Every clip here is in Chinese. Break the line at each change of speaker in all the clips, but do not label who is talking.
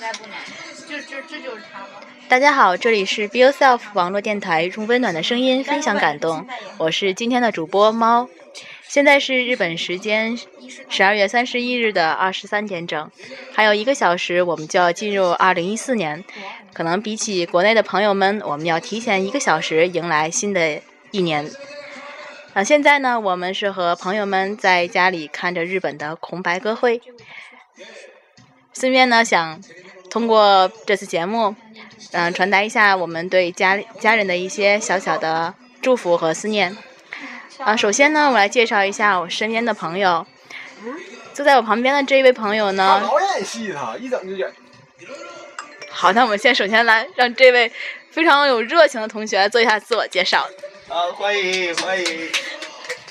该不难，就这这就是他嘛。
大家好，这里是 Be Yourself 网络电台，用温暖的声音分享感动。我是今天的主播猫。现在是日本时间十二月三十一日的二十三点整，还有一个小时我们就要进入二零一四年。可能比起国内的朋友们，我们要提前一个小时迎来新的一年。啊，现在呢，我们是和朋友们在家里看着日本的红白歌会，顺便呢，想通过这次节目，嗯、传达一下我们对家家人的一些小小的祝福和思念。啊，首先呢，我来介绍一下我身边的朋友。坐在我旁边的这一位朋友
他
呢，
老演戏，他一整就演。
好，那我们先首先来让这位非常有热情的同学做一下自我介绍。
啊，欢迎欢迎，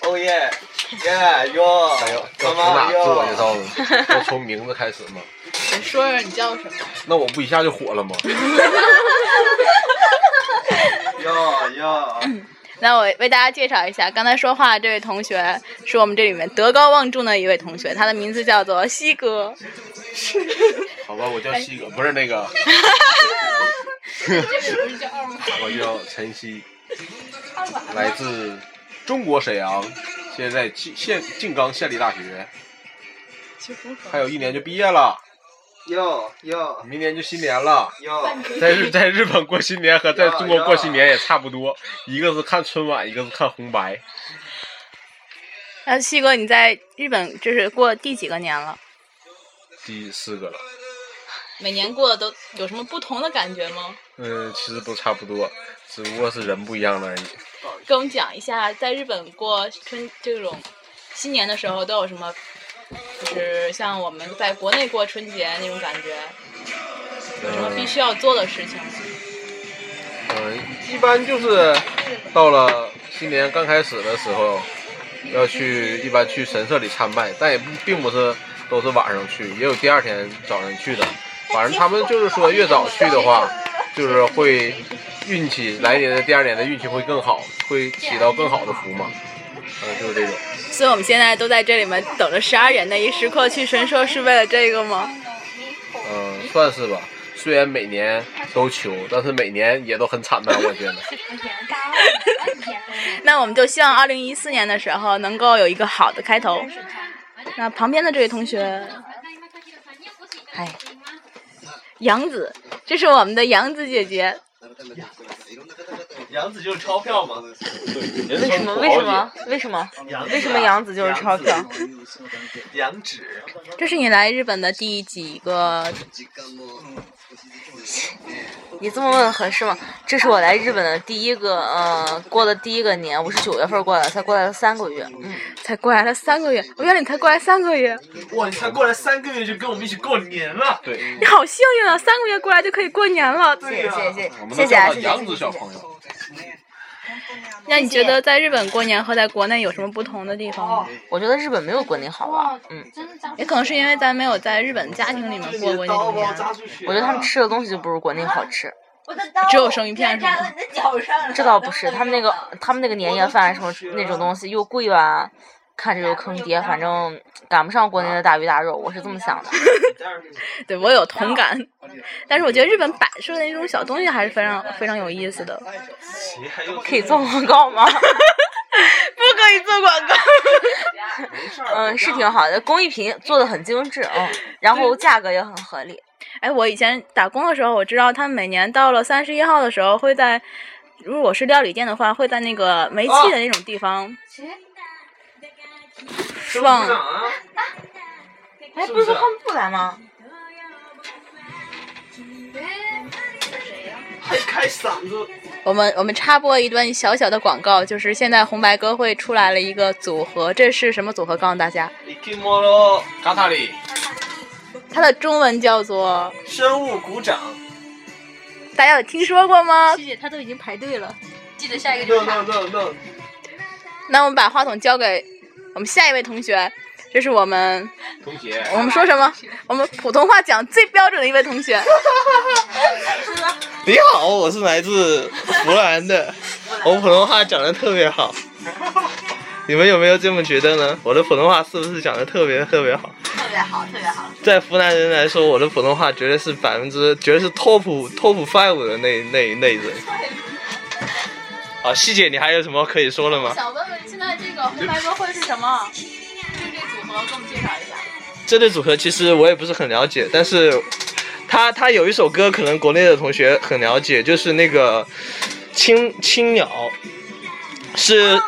哦耶耶哟，
还要要
干
从
嘛
哪自我介
哟？
绍呢？要从名字开始吗？
你说说你叫什么？
那我不一下就火了吗？
哟哟，
那我为大家介绍一下，刚才说话的这位同学是我们这里面德高望重的一位同学，他的名字叫做西哥。
好吧，我叫西哥，不是那个，我叫晨曦，来自中国沈阳，现在晋现静冈县立大学，还有一年就毕业了，
哟哟
明年就新年了。
哟，
在日在日本过新年和在中国过新年也差不多，一个是看春晚，一个是看红白。
那西哥，你在日本就是过第几个年了？
第四个了，
每年过的都有什么不同的感觉吗？
嗯，其实都差不多，只不过是人不一样了而已。
跟我们讲一下，在日本过春这种新年的时候都有什么？就是像我们在国内过春节那种感觉，
呃
有什么必须要做的事情？
嗯，一般就是到了新年刚开始的时候，要去一般去神社里参拜，但也不并不是都是晚上去，也有第二天早上去的。反正他们就是说，越早去的话，就是会运气来年的第二年的运气会更好，会起到更好的福嘛。嗯，就是这种。
所以我们现在都在这里面等着十二点的一时刻去神社，是为了这个吗？
嗯，算是吧。虽然每年都求，但是每年也都很惨淡，我觉得。
那我们就希望二零一四年的时候能够有一个好的开头。那旁边的这位同学，哎，杨子，这是我们的杨子姐姐。
杨子就是钞票嘛。
为什么？为什么？为什么？为什么杨子就是钞票？
杨纸，
这是你来日本的第几个？
你这么问合适吗？这是我来日本的第一个，呃，过的第一个年，我是九月份过来的，才过来了三个月。嗯，
才过来了三个月，我原来你才过来三个月，
哇，你才过来三个月就跟我们一起过年了，
对，
你 好幸运啊！三个月过来就可以过年了。
谢谢谢谢
我们
谢
能
谢
看
啊
到
谢谢。
杨子
谢谢
小朋友。
那你觉得在日本过年和在国内有什么不同的地方吗？
我觉得日本没有国内好玩，嗯，
也可能是因为咱没有在日本家庭里面
你
过
的
过那
刀
种
把我
年，
扎出血了。
我觉得他们吃的东西就不如国内好吃。
只有生鱼片是吗？
这倒不是，他们那个他们那个年夜饭什么那种东西又贵吧，看着又坑爹，反正赶不上国内的大鱼大肉，我是这么想的。
对我有同感， 但是我觉得日本摆设的那种小东西还是非常非常有意思的。
谁还有
可以做广告吗？
不可以做广告，
嗯，是挺好的，工艺品做的很精致，嗯，然后价格也很合理。
哎，我以前打工的时候，我知道他们每年到了三十一号的时候，会在如果是料理店的话，会在那个煤气的那种地方放。
长啊？
哎，
是
不
不是
是说他们不来吗？
还开嗓子，
我们我们插播一段小小的广告，就是现在红白歌会出来了一个组合，这是什么组合？告诉大家，
你听摸喽，
卡塔里，
它的中文叫做，
生物鼓掌。
大家有听说过吗？
姐，他都已经排队了，记得下一个
No no no no，
那我们把话筒交给我们下一位同学，这是我们
童鞋。
我们说什么？我们普通话讲最标准的一位同学，
你好，我是来自湖南的，我普通话讲的特别好。你们有没有这么觉得呢？我的普通话是不是讲的特别特别好？
特别好，特别好。
在湖南人来说，我的普通话绝对是百分之，绝对是 top top five 的那那那一类。好，细姐，你还有什么可以说的吗？
想问问，现在这个红白歌会是什么？就这组合，给我们介绍一下。
这对组合其实我也不是很了解，但是他他有一首歌，可能国内的同学很了解，就是那个《青青鸟》，是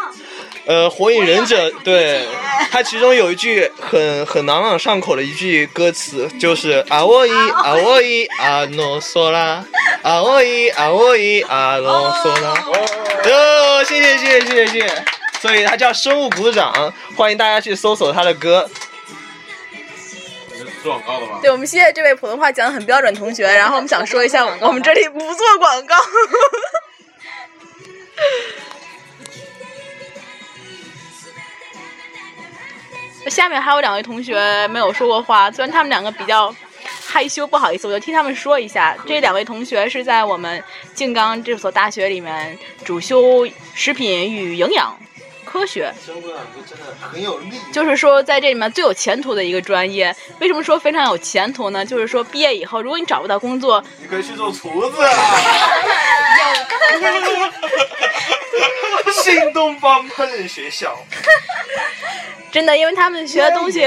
呃《火影忍者》对，它其中有一句很很朗朗上口的一句歌词，就是啊我伊啊我伊啊诺索拉，啊我伊啊我伊啊诺索拉。哦，谢谢谢谢谢谢谢谢，所以它叫生物鼓掌，欢迎大家去搜索他的歌。
做广告的吧？
对，我们谢谢这位普通话讲的很标准同学，然后我们想说一下，我们这里不做广告。 下面还有两位同学没有说过话，虽然他们两个比较害羞，不好意思，我就替他们说一下。这两位同学是在我们静冈这所大学里面主修食品与营养科学，
生活感觉真的很有力。
就是说在这里面最有前途的一个专业。为什么说非常有前途呢？就是说毕业以后，如果你找不到工作，
你可以去做厨子啊！心动帮喷学校，
真的，因为他们学的东西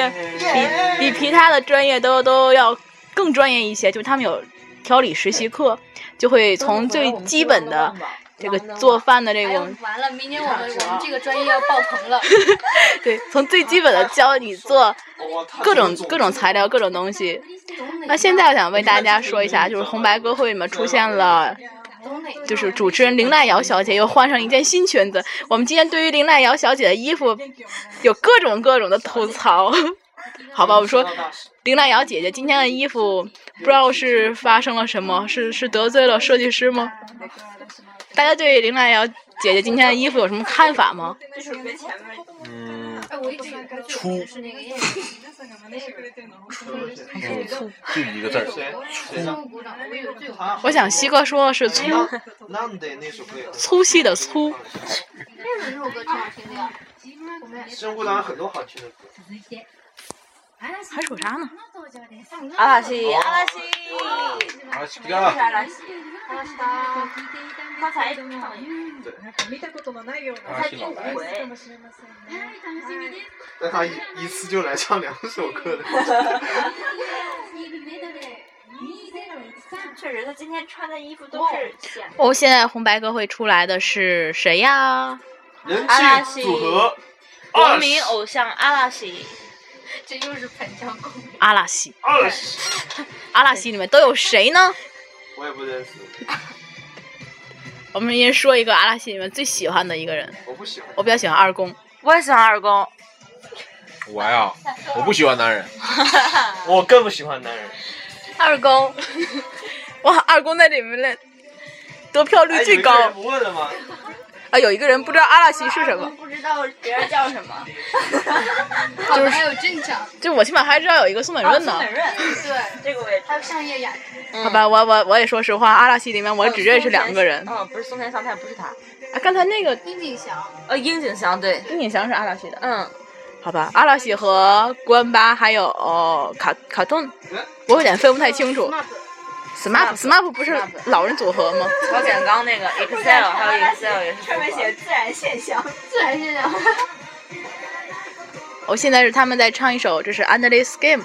比比其他的专业都都要更专业一些，就是他们有调理实习课，就会从最基本的这个做饭的这
哎呦
种，，
完了，明天我们我们这个专业要爆棚了。
对，从最基本的教你做
哇他
各种
这
各种材料、各种东西。那现在我想为大家说一下，就是红白歌会里面出现了。就是主持人林奈瑶小姐又换上一件新裙子，我们今天对于林奈瑶小姐的衣服有各种各种的吐槽，好吧，我说林奈瑶姐姐今天的衣服不知道是发生了什么，是是得罪了设计师吗？大家对林奈瑶姐姐今天的衣服有什么看法吗？
嗯，
哎，我一直以为
粗
是那个样
就一个字儿，
谁
子，鼓掌，我以为最有好。
我想西哥说的是粗
哎那得那首歌也很
粗细的粗，
这首歌挺好听的呀。
生活当然很多好听的歌，
还说啥呢？
阿拉西，阿拉西，哦
啊，不加了。阿西老来，
但他一一次就来唱两首 歌的，
确实，他今天穿的衣服都
哎
是显
哦，现在红白歌会出来的是谁呀？
人
阿拉
气
西
组合
国民偶像阿拉西，
这又是本江公园。
阿拉西，
二十，
阿拉西里面都有谁呢？
我也不认识，
我们先说一个阿拉西里面最喜欢的一个人，
我不喜欢。
我比较喜欢二宫。
我也喜欢二宫。
我呀，我不喜欢男人，
我更不喜欢男人。
二宫，
哇，二宫在这里面的得票率最高
哎你们这人不问了吗？
啊！有一个人不知道阿拉西是什么，
不知道别人叫什 么。
好的，哦还有镇长，
就我起码还知道有一个宋本润呢。
对，这个我也
还有上野雅之。
嗯
好吧，我我我也说实话，阿拉西里面我 只认识两个人。
嗯，不是松田翔太，不是他，
啊，刚才那个
殷景祥，
呃，樱井翔对，
丁景祥是阿拉西的，
嗯，
好吧，阿拉西和关巴还有、哦、卡卡顿，我有点分不太清楚。SMAP SMAP 不是老人组合吗？
朝简刚那个 Excel，还有 Excel 也是
上面写自然现象。
自然现象。
我、现在是他们在唱一首，这是 Under This Game。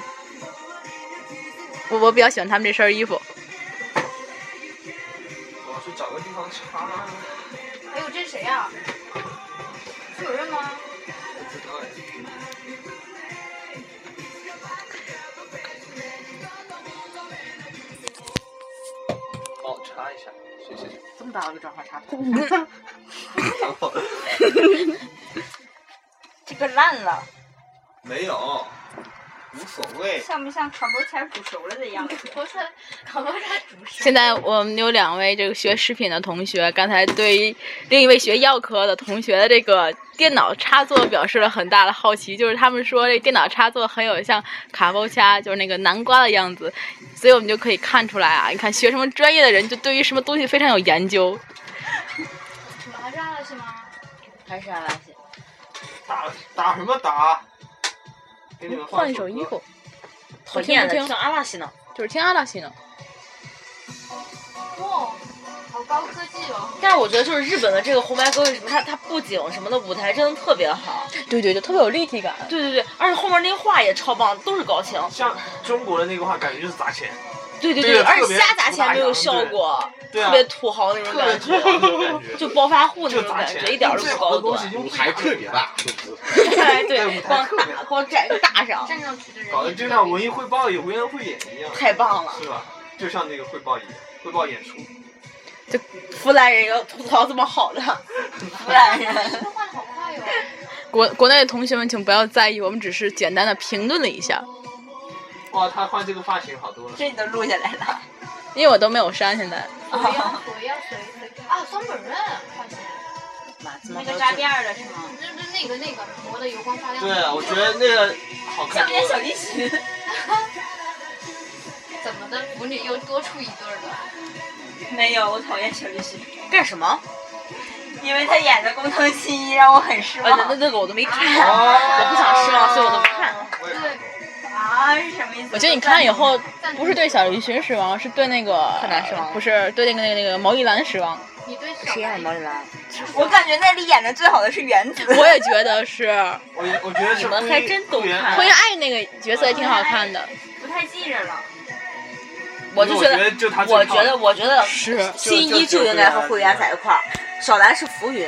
我我比较喜欢他们这身衣服，
我要去找个地方插。
哎呦，这是谁呀？有人吗？
帮我插一下，谢谢。
这个烂了，
没有，无所谓。
像不像烤菠菜煮熟了的样子？
烤菜，烤菜煮熟。
现在我们有两位这个学食品的同学，刚才对于另一位学药科的同学的这个电脑插座表示了很大的好奇，就是他们说这电脑插座很有像卡包掐，就是那个南瓜的样子，所以我们就可以看出来啊，你看学什么专业的人就对于什么东西非常有研究。
麻炸了是吗？
还是阿拉西。
打打什么打？给你们
换一
首
首衣
歌。
服，
讨厌了，
听不听
听阿拉西呢。
就是听阿拉西呢。
哇，好高科技哦！
但是我觉得就是日本的这个红白歌会什么，它它布景什么的舞台真的特别好。
对对对，特别有立体感。
对对对，而且后面那画也超棒，都是高清。
像中国的那个话，感觉就是砸钱。
对对
对
而
特
且
别
瞎砸钱没有效果，
对
特
啊
别土豪那种感觉，
感觉
就暴发户那
就
种
砸
感
钱
觉，一点儿都
最
不
好
高
的东西
端。
就
舞台特别大，
哎， 对
对，
光打光站大上，
站上去的人，
搞得就像文艺汇报、文言汇演一样，
太棒了。
是吧？就像那个汇报一样，汇报演出。
湖南人要吐槽这么 好的，湖南人。
他换的好快哟、
国国内的同学们请不要在意，我们只是简单的评论了一下，
哇，他换这个发型好多了。
啊
这你都录下来了。
因为我都没有删。现在
谁呀谁呀谁谁啊？三本润发型，
那个扎辫儿的是吗？
那那那个那个磨的油光发亮。
对，啊我觉得那个好看
像不
多
像小
了。
提琴？
怎么的，母女又多出一对儿了？
没有，我讨厌小提琴，
干什么？
因为他演的工藤新一让我很失
呃，那那
望。
那个我都没看，
啊
我不想失望，所以我都不看。
我也看
对，
啊，是什么意思？
我觉得你看以后
暂停
不是对小林旬失望，是对那个
柯南失望
不是对那个那个那个毛一兰失 望。
你对小
谁
啊
演的毛
白
利兰？
我感觉那里演的最好的是原子。
我也觉得 是，
我也我觉得是
你们
故意
还真懂
故意安
看
灰原爱那个角色也挺好看的，
不太记着了。
我就
我
觉
觉得就他
得，
最
我
靠
觉得，我觉得
是
新一就应该和灰原在一块儿。小兰是浮云，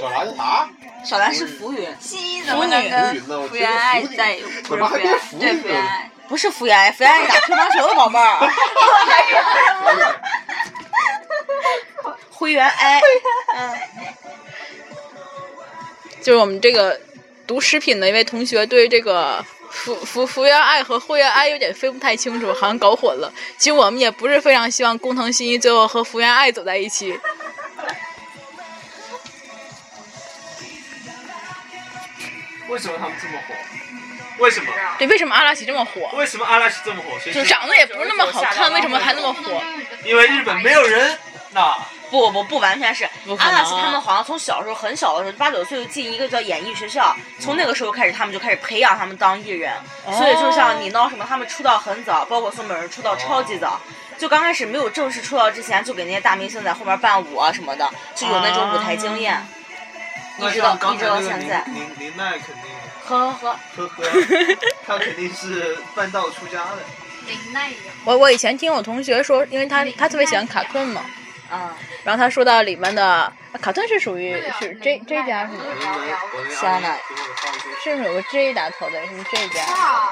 小兰是啥？
小兰是浮云，
新一怎么能跟福原爱在？不是福原，对福原爱。
不是福原，福原是打乒乓球的宝贝儿。灰原哀，
就是我们这个读食品的一位同学对这个福福福原爱和灰原哀有点分不太清楚，好像搞混了。其实我们也不是非常希望工藤新一最后和福原爱走在一起。
为什么他们这么火？为什么？
对，为什么阿拉奇这么火？
为什么阿拉西这么火？谁
就
知道？
长得也不是那么好看，为什么还那么火？
因为日本没有人那
不不不啊完全是
不，可
阿
能
拉奇他们好像从小时候很小的时候，八九岁就进一个叫演艺学校，从那个时候开始，他们就开始培养他们当艺人。所以就像你闹什么，他们出道很早，包括宋本人出道超级早。就刚开始没有正式出道之前，就给那些大明星在后面伴舞啊什么的，就有那种舞台经验。
那
直到
像刚才那
一直到
个
现在
林林林奈肯定
呵呵啊呵，
呵 呵，他肯定是半道出家的。
林奈一样，
我我以前听我同学说，因为他他特别喜欢卡顿嘛，
嗯，
然后他说到里面的卡顿是属于
对啊
是 J
林
J 家是
奈
吗？
我
聊聊
那个
香奈
给我放一个
是不是有个 J 打头的？是 J 家
啊，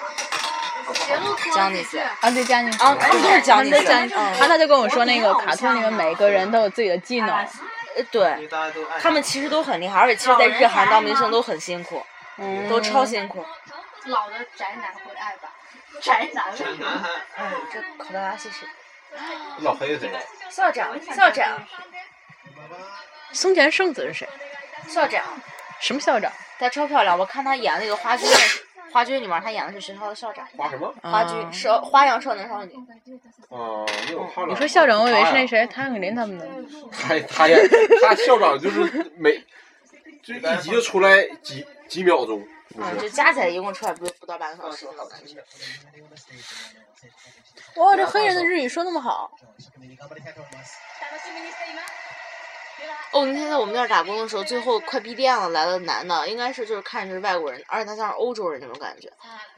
别录脱
江
了
丽
这
子
句，
啊？对，加进去
啊他们都是江
他
宁
们都
的
是江宁然后他就跟我说，那个卡通里面每个人都有自己的技能，
呃对
因。为大家都爱
他们其实都很厉害，而且其实，在日韩当明星都很辛苦，
嗯
都超辛苦。
老的宅男会爱吧？
宅男
宅男孩，
哎，这考达拉西是
老黑是谁？啊
校长，校长，
松田圣子是谁？
校长，
什么校长？
她超漂亮。我看她演那个花闺，花闺里面她演的是学校的校长，
花什么？
花
啊
闺少花样少年少女。
哦，那我看
嗯
了。
你说校长，我以为是那
谁。
谁谭咏麟他们的。
他他也他校长就是每就
哎
一集就出来几几秒钟，不
啊
嗯，
是
就加起来一共出来不不到半个小时那种感觉。
哇，这黑人的日语说那么好，
哦，那天在我们那儿打工的时候，最后快闭店了，来了男的，应该是就是看着是外国人，而且他像是欧洲人那种感觉，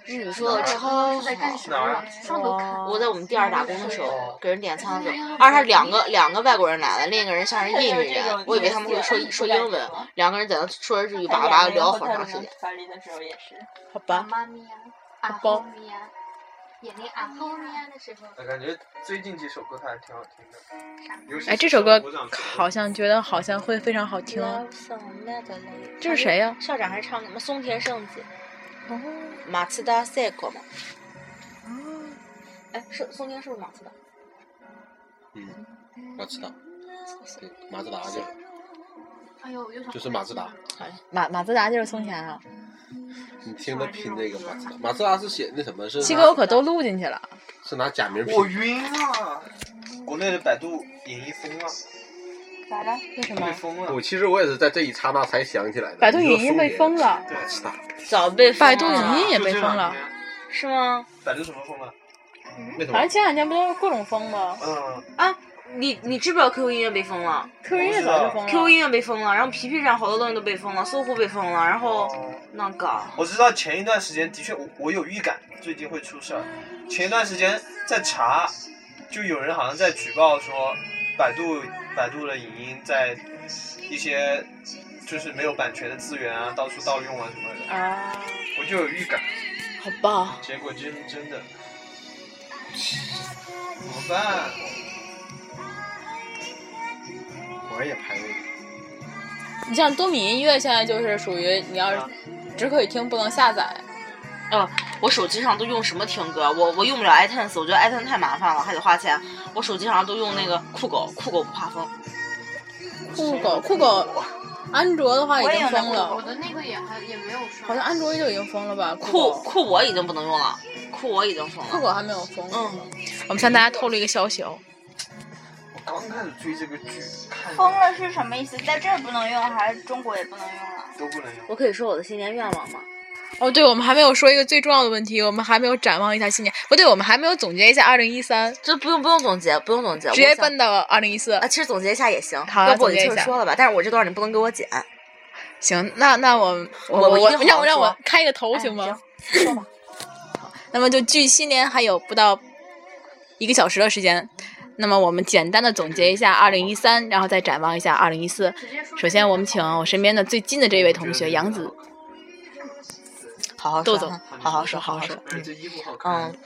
日语说的超好。
哪儿？
上楼看。
我在我们店儿打工的时候，给人点餐的时候，而且他两个两个外国人来了，另一个人像是印 尼人，我以为他们会说说英文，两个人在那说着日语，叭叭叭聊了好长时间。
巴黎的时候也是。
好吧。
妈咪呀，啊
包
后咪呀，演那啊后咪呀的时候，
感觉最近几首歌还挺好听的。尤其是
哎，这首歌
鼓掌
好像觉得好像会非常好听。哦这是谁呀
校长还唱什么松田圣子，哦马自达赛过嘛？哎，是松田是不是马自达？
嗯，马自达，对，马自达就是
哎呦，我又想
就是马自达，
马马自达就是松田啊，
你听他拼这个马自达，马自达是写那什么是
七
拿
哥我可都录进去了。
是拿假名拼
我晕啊！国内的百度影音疯了，
咋了？
为什么？
我其实我也是在这一刹那才想起来的。
百度语音被封了，
对，是的。
早被封
百度
了
啊
语音也被封了，
是吗？
百度什么封了？
为什
反
么
正？前两天不都是各种封吗
嗯，
啊，你你知不知道 QQ 音乐被封了
？QQ 音乐早就封了。
？QQ 音乐被封了，然后皮皮上好多东西都被封了，搜狐被封了，然后
哦
那个
我知道前一段时间的确我我有预感最近会出事儿。前一段时间在查，就有人好像在举报说，百度百度的影音在一些就是没有版权的资源啊，到处盗用啊什么的，
啊，
我就有预感。
好吧，
结果真真的，怎么办？
我也排位。
你像多米音乐现在就是属于你要是
呃
只可以听不能下载，
哦，我手机上都用什么听歌？我我用不了 iTunes，我觉得 iTunes 太麻烦了，还得花钱。我手机上都用那个酷狗，酷狗不怕封。
酷狗酷狗，安卓的话已经封
我
了，
的那个也还也没有上。
好像安卓就已经封了吧？
酷
酷
酷我已经不能用了，酷我已经封
酷
了。
狗还没有封，
嗯，
我们向大家透露一个消息哦，
我刚开始追这个剧，看
封了是什么意思？在这儿不能用，还是中国也不能用啊了？
都不能用。
我可以说我的新年愿望吗？
哦，对，我们还没有说一个最重要的问题，我们还没有展望一下新年，不对，我们还没有总结一下二零一三，
这不用不用总结，不用总结，
直接
我想
奔到二零一四
啊，。其实总结一下也行。
好啊
要不我
总
就
结一
听着
下
说了吧，但是我这段你不能给我剪。
行，那那我我
我
我
一定好
让
好
我让我
说
开个头
哎
行吗？
行
那么就距新年还有不到一个小时的时间，那么我们简单的总结一下二零一三，然后再展望一下二零一四。首先，我们请我身边的最近的这位同学杨子，
好好
豆
说，
总
好好说，好好说。
而且这衣服好看。
嗯，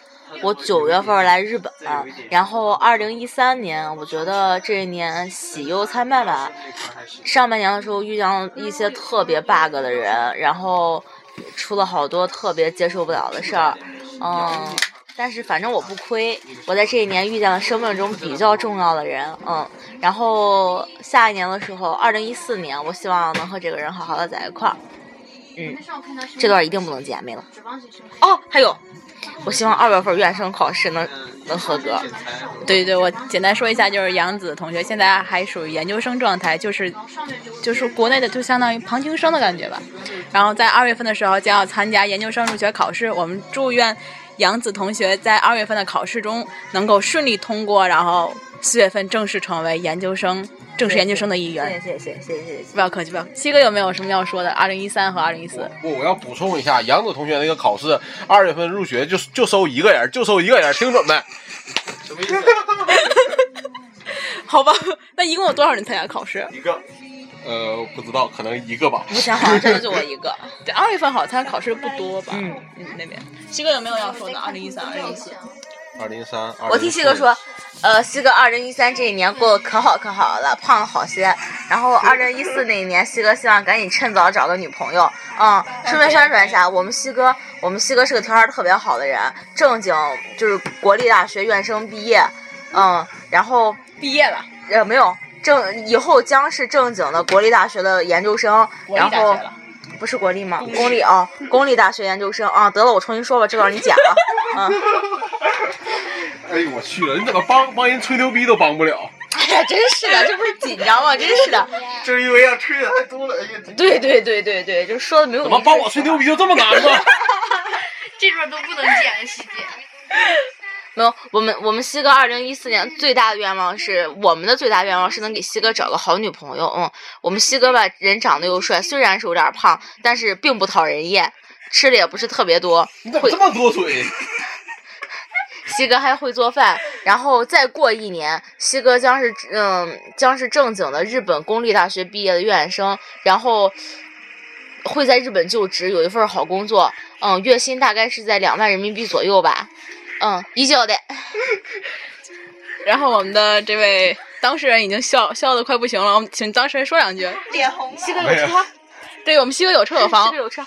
我九月份儿来日本
再有一点，
然后二零一三年，我觉得这一年喜忧参半吧。
那款还是
上半年的时候遇到一些特别 bug 的人，然后出了好多特别接受不了的事儿，嗯，但是反正我不亏，我在这一年遇见了生命中比较重要的人，嗯，然后下一年的时候，二零一四年，我希望能和这个人好好的在一块儿，嗯，这段一定不能剪，没了。哦，还有，我希望二月份院生考试能能合格，
对对对，我简单说一下，就是杨子同学现在还属于研究生状态，就是就是国内的就相当于旁听生的感觉吧。然后在二月份的时候将要参加研究生入学考试，我们祝愿杨子同学在二月份的考试中能够顺利通过，然后四月份正式成为研究生，正式研究生的一员。
谢谢谢谢谢谢谢谢。
不要客气，不要客气。西哥有没有什么要说的？二零一三和二零一四，
不，我要补充一下，杨子同学那个考试，二月份入学就就收一个人，就收一个人，听准没？
什么意思？
好吧？那一共有多少人参加考试？
一个
呃，不知道，可能一个吧。
目前 好像真的就我一个，
对，二月份好参加考试不多吧？
嗯
嗯，那边西哥有没有要说的？二零一三、二零一
嗯
四。
二零三，
我听西哥说，呃，西哥二零一三这一年过得可好可好了，胖了好些。然后二零一四那一年，西哥希望赶紧趁早找个女朋友。嗯，顺便宣传一下，我们西哥，我们西哥是个条件特别好的人，正经就是国立大学院生毕业。嗯，然后
毕业了，
呃没有正以后将是正经的国立大学的研究生，
国立
然
大学
后
了。
不是国立吗？公立啊，公立大学研究生啊。得了，我重新说吧，这段你剪 了。嗯。
哎呦我去了，你怎么帮帮人吹牛逼都帮不了？
哎呀，真是的，这不是紧张 吗？真是的，
就是因为要吹的太多了，哎呀，真
对对对对对，就是说的没有
怎么帮我吹牛逼就这么难吗？
这段都不能剪，西姐。
没有，我们我们西哥二零一四年最大的愿望是，我们的最大愿望是能给西哥找个好女朋友。嗯，我们西哥吧，人长得又帅，虽然是有点胖，但是并不讨人厌，吃的也不是特别多。
你怎么这么多嘴？
西哥还会做饭，然后再过一年，西哥将是嗯将是正经的日本公立大学毕业的院生，然后会在日本就职，有一份好工作，嗯，月薪大概是在两万人民币左右吧，嗯，依旧的。
然后我们的这位当事人已经笑笑的快不行了，我们请当事人说两句。
脸红了。
没有，
对我们西哥有车有 房，
有车，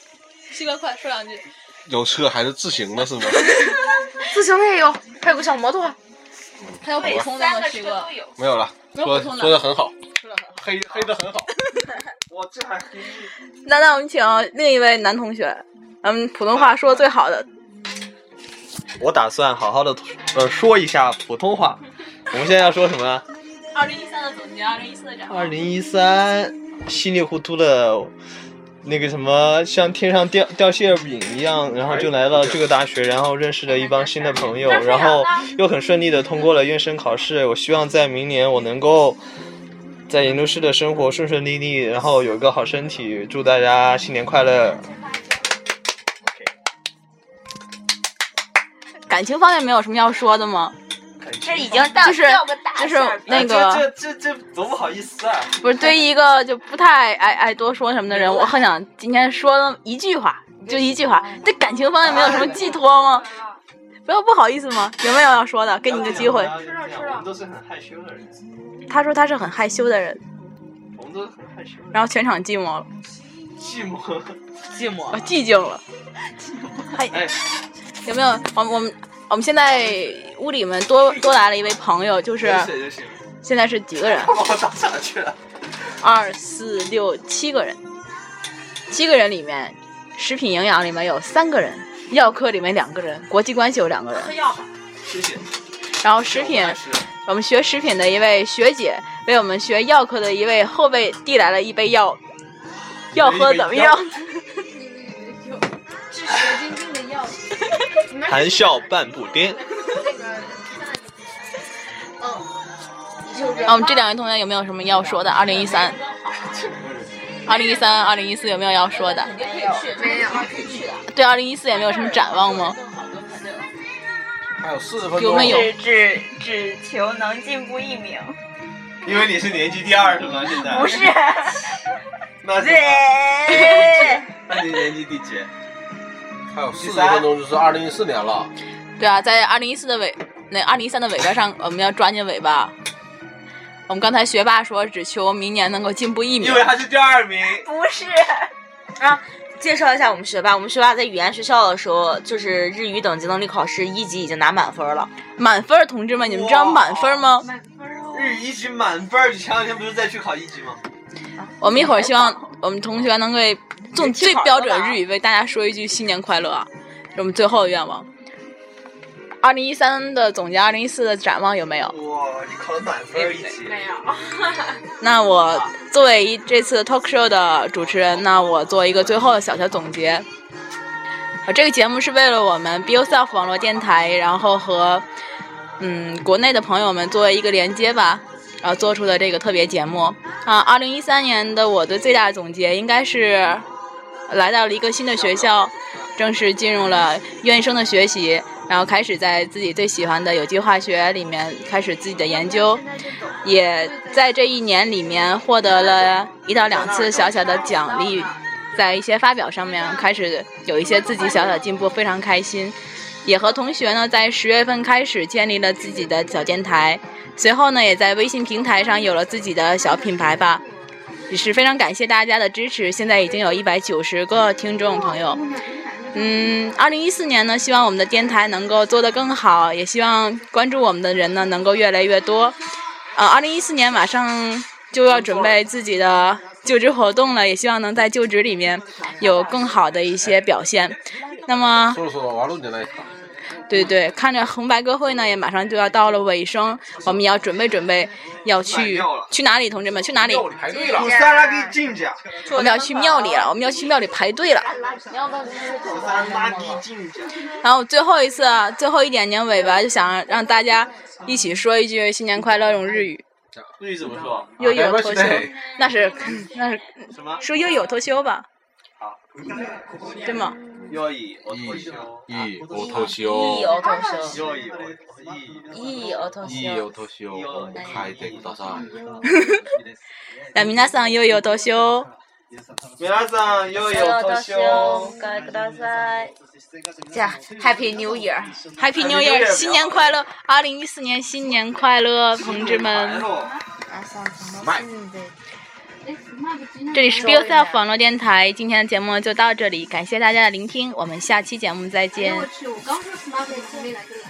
西哥快说两句。
有车还是自行的是吗？
自行车也有，还有个小摩托。
还有补充的
三
吗？
个
西
车
哥
都，有。
没有了，
没有
说
普通的
说的很好，黑黑的很好。
我这还黑
那那我们请另一位男同学，嗯，普通话说的最好的，
我打算好好的呃说一下普通话。我们现在要说什么？
二零一三的总结，二零一四的展望。
二零一三，稀里糊涂的，那个什么，像天上掉掉馅饼一样，然后就来到这个大学，然后认识了一帮新的朋友，然后又很顺利的通过了院生考试。我希望在明年我能够在研究室的生活顺顺利利，然后有一个好身体。祝大家新年快乐！
感情方面没有什么要说的吗？
这已经到
就是
掉个大
哎就是
馅儿饼
那个
这这这这多不好意思啊！
不是对于一个就不太爱爱多说什么的人，我很想今天说了一句话，就一句话，对感情方面没有什么寄托吗？不要不好意思吗？有没有要说的？给你个机会。
吃了吃了，我们都是很害羞的人，
他说他是很害羞的人，
我们都是很害羞的人，
然后全场寂寞了，
寂寞。
寂寞
我。寂静了。还
哎，
有没有？我们我们我们现在屋里面多多来了一位朋友，就是
谁就行。
现在是几个人？
我到哪去了？
二四六七个人，七个人里面，食品营养里面有三个人，药科里面两个人，国际关系有两个人，
喝药吧。
谢谢。
然后食品
我还是
我们学食品的一位学姐为我们学药科的一位后辈递来了一杯药，药喝怎么样？
是蛇精精的药。你们
含笑半步癫。
啊，我们这两位同学有没有什么要说的？二零一三，二零一三、二零一四有没有要说的？
没有，
对二零一四也没有什么展望吗？
还有四十分
有没有
只只只求能进步一名，
因为你是年级第二是吗？现在
不是？。
那是
对，
那你年级第几？
还有四十分钟就是二零一四年了，
对啊，在二零一四的尾，那二零一三的尾巴上，我们要抓紧尾巴。我们刚才学霸说，只求明年能够进步一米
因。为他是第二名。
不是，
介绍一下我们学霸，我们学霸在语言学校的时候，就是日语等级能力考试一级已经拿满分了。
满分儿，同志们，你们知道满分吗？
日语一级满分儿，你前两天不是再去考一级吗？
我们一会儿希望我们同学能给用最
去考
标
了吧
准日语为大家说一句新年快乐啊，是我们最后的愿望。二零一三的总结，二零一四的展望有没有？
哇，你考了满分儿一级，
那我作为一这次 talk show 的主持人，那我做一个最后的小小总结。呃，这个节目是为了我们 Be Yourself 网络电台，然后和嗯国内的朋友们作为一个连接吧，然后做出的这个特别节目。啊，二零一三年的我的最大的总结应该是来到了一个新的学校，正式进入了院生的学习，然后开始在自己最喜欢的有机化学里面开始自己的研究。也在这一年里面获得了一到两次小小的奖励，在一些发表上面开始有一些自己小小进步，非常开心。也和同学呢在十月份开始建立了自己的小电台，随后呢也在微信平台上有了自己的小品牌吧。也是非常感谢大家的支持，现在已经有一百九十个听众朋友。嗯，二零一四年呢，希望我们的电台能够做得更好，也希望关注我们的人呢能够越来越多。呃，二零一四年马上就要准备自己的就职活动了，也希望能在就职里面有更好的一些表现。那么，
说着说着完了你那一场，
对对，看着红白歌会呢，也马上就要到了尾声，我们也要准备准备，要去
尿了
去哪里，同志们？去哪里？
要你排队了。
古萨拉给进奖，
我们要去庙里了，我们要去庙里排队了。
古萨拉给进啊奖。
然后最后一次，啊最后一点点尾巴，就想让大家一起说一句新年快乐用日语。
日语怎么说？
悠悠脱
啊
休，那是那是
什么？
说悠悠脱休吧，对吗？
要以我哦
一
脱休，
一我偷
いい
修，
お年
要以啊我
いいお
一
年
我偷修，还得打上。
那皆さん悠悠脱休，
皆さん、よいお年を。
ください。じゃあ Happy New Year。
Happy New Year，新年快乐！二零一四年新年快乐，同志们！
哎
这里是 b i l s e l f 网络电台，今天的节目就到这里，感谢大家的聆听，我们下期节目再见。
我去，我刚说 smart 准备来就来。